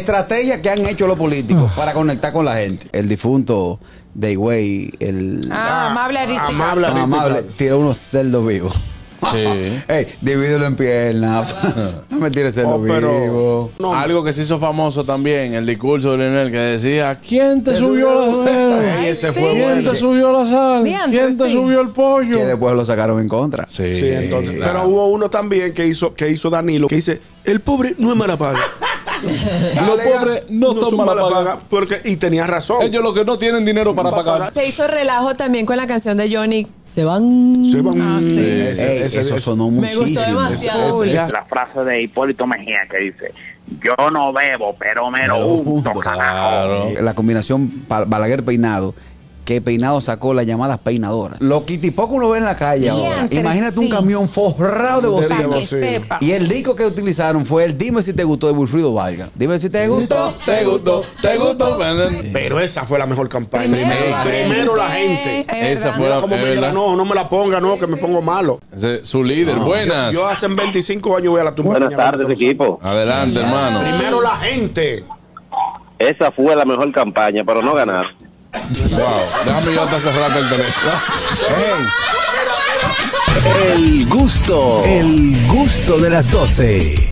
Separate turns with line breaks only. estrategias que han hecho los políticos para conectar con la gente. El difunto de Higüey, el
Ah, amable Aristico.
amable.
tan amable, tira unos cerdos vivos.
Sí.
Ey, divídelo en piernas. no me tires cerdos
Oh, pero-
vivos.
No.
Algo que se hizo famoso también, el discurso de Leonel que decía, ¿quién te subió
subió
la
la-
sal?
Ay,
ese
sí.
fue
¿Quién
bueno.
te subió la sal?
Diantre,
¿Quién te
sí.
subió el pollo?
Que después lo sacaron en contra.
Sí, entonces,
claro.
Pero hubo uno también que hizo, que hizo Danilo, que dice, el pobre no es mala paga.
Los pobres no son mala paga.
Porque, y tenía razón.
Ellos los que no tienen dinero para
Para
pagar.
pagar.
Se hizo relajo también con la canción de Johnny. Se van.
Se van-
Ah, sí.
Ese-
Mm. Ey,
ese-
eso
ese-
sonó
Me
muchísimo.
gustó demasiado.
Uy, ya.
la frase de Hipólito Mejía que dice, yo no bebo, pero me lo unto, carajo".
Claro.
La combinación Pa- Balaguer peinado, que peinado sacó las llamadas peinadoras. Lo quitipó que uno ve en la calle ahora.
Diantre,
Imagínate un
sí.
camión forrado de
Para
Para
bocinas.
que
sí.
sepa.
Y el disco que utilizaron fue el Dime si te gustó de Wilfrido Valga. Dime si te gustó.
Te gustó, te gustó.
Pero esa fue la mejor campaña.
Primero la
Primero la gente.
gente. Es
Esa
verdad.
fue la-
Como
Es
me diga,
verdad.
no, no me la ponga, no, que me pongo malo.
Ese- Su líder, buenas.
Yo hace 25 años voy a la tumba.
Buenas
de mi abuela,
tardes,
te lo
equipo.
Adelante, hermano.
Primero la gente.
Esa fue la mejor campaña, pero no ganar.
Wow. Déjame yo hasta cerrarte el teléfono.
El gusto, el gusto de las 12.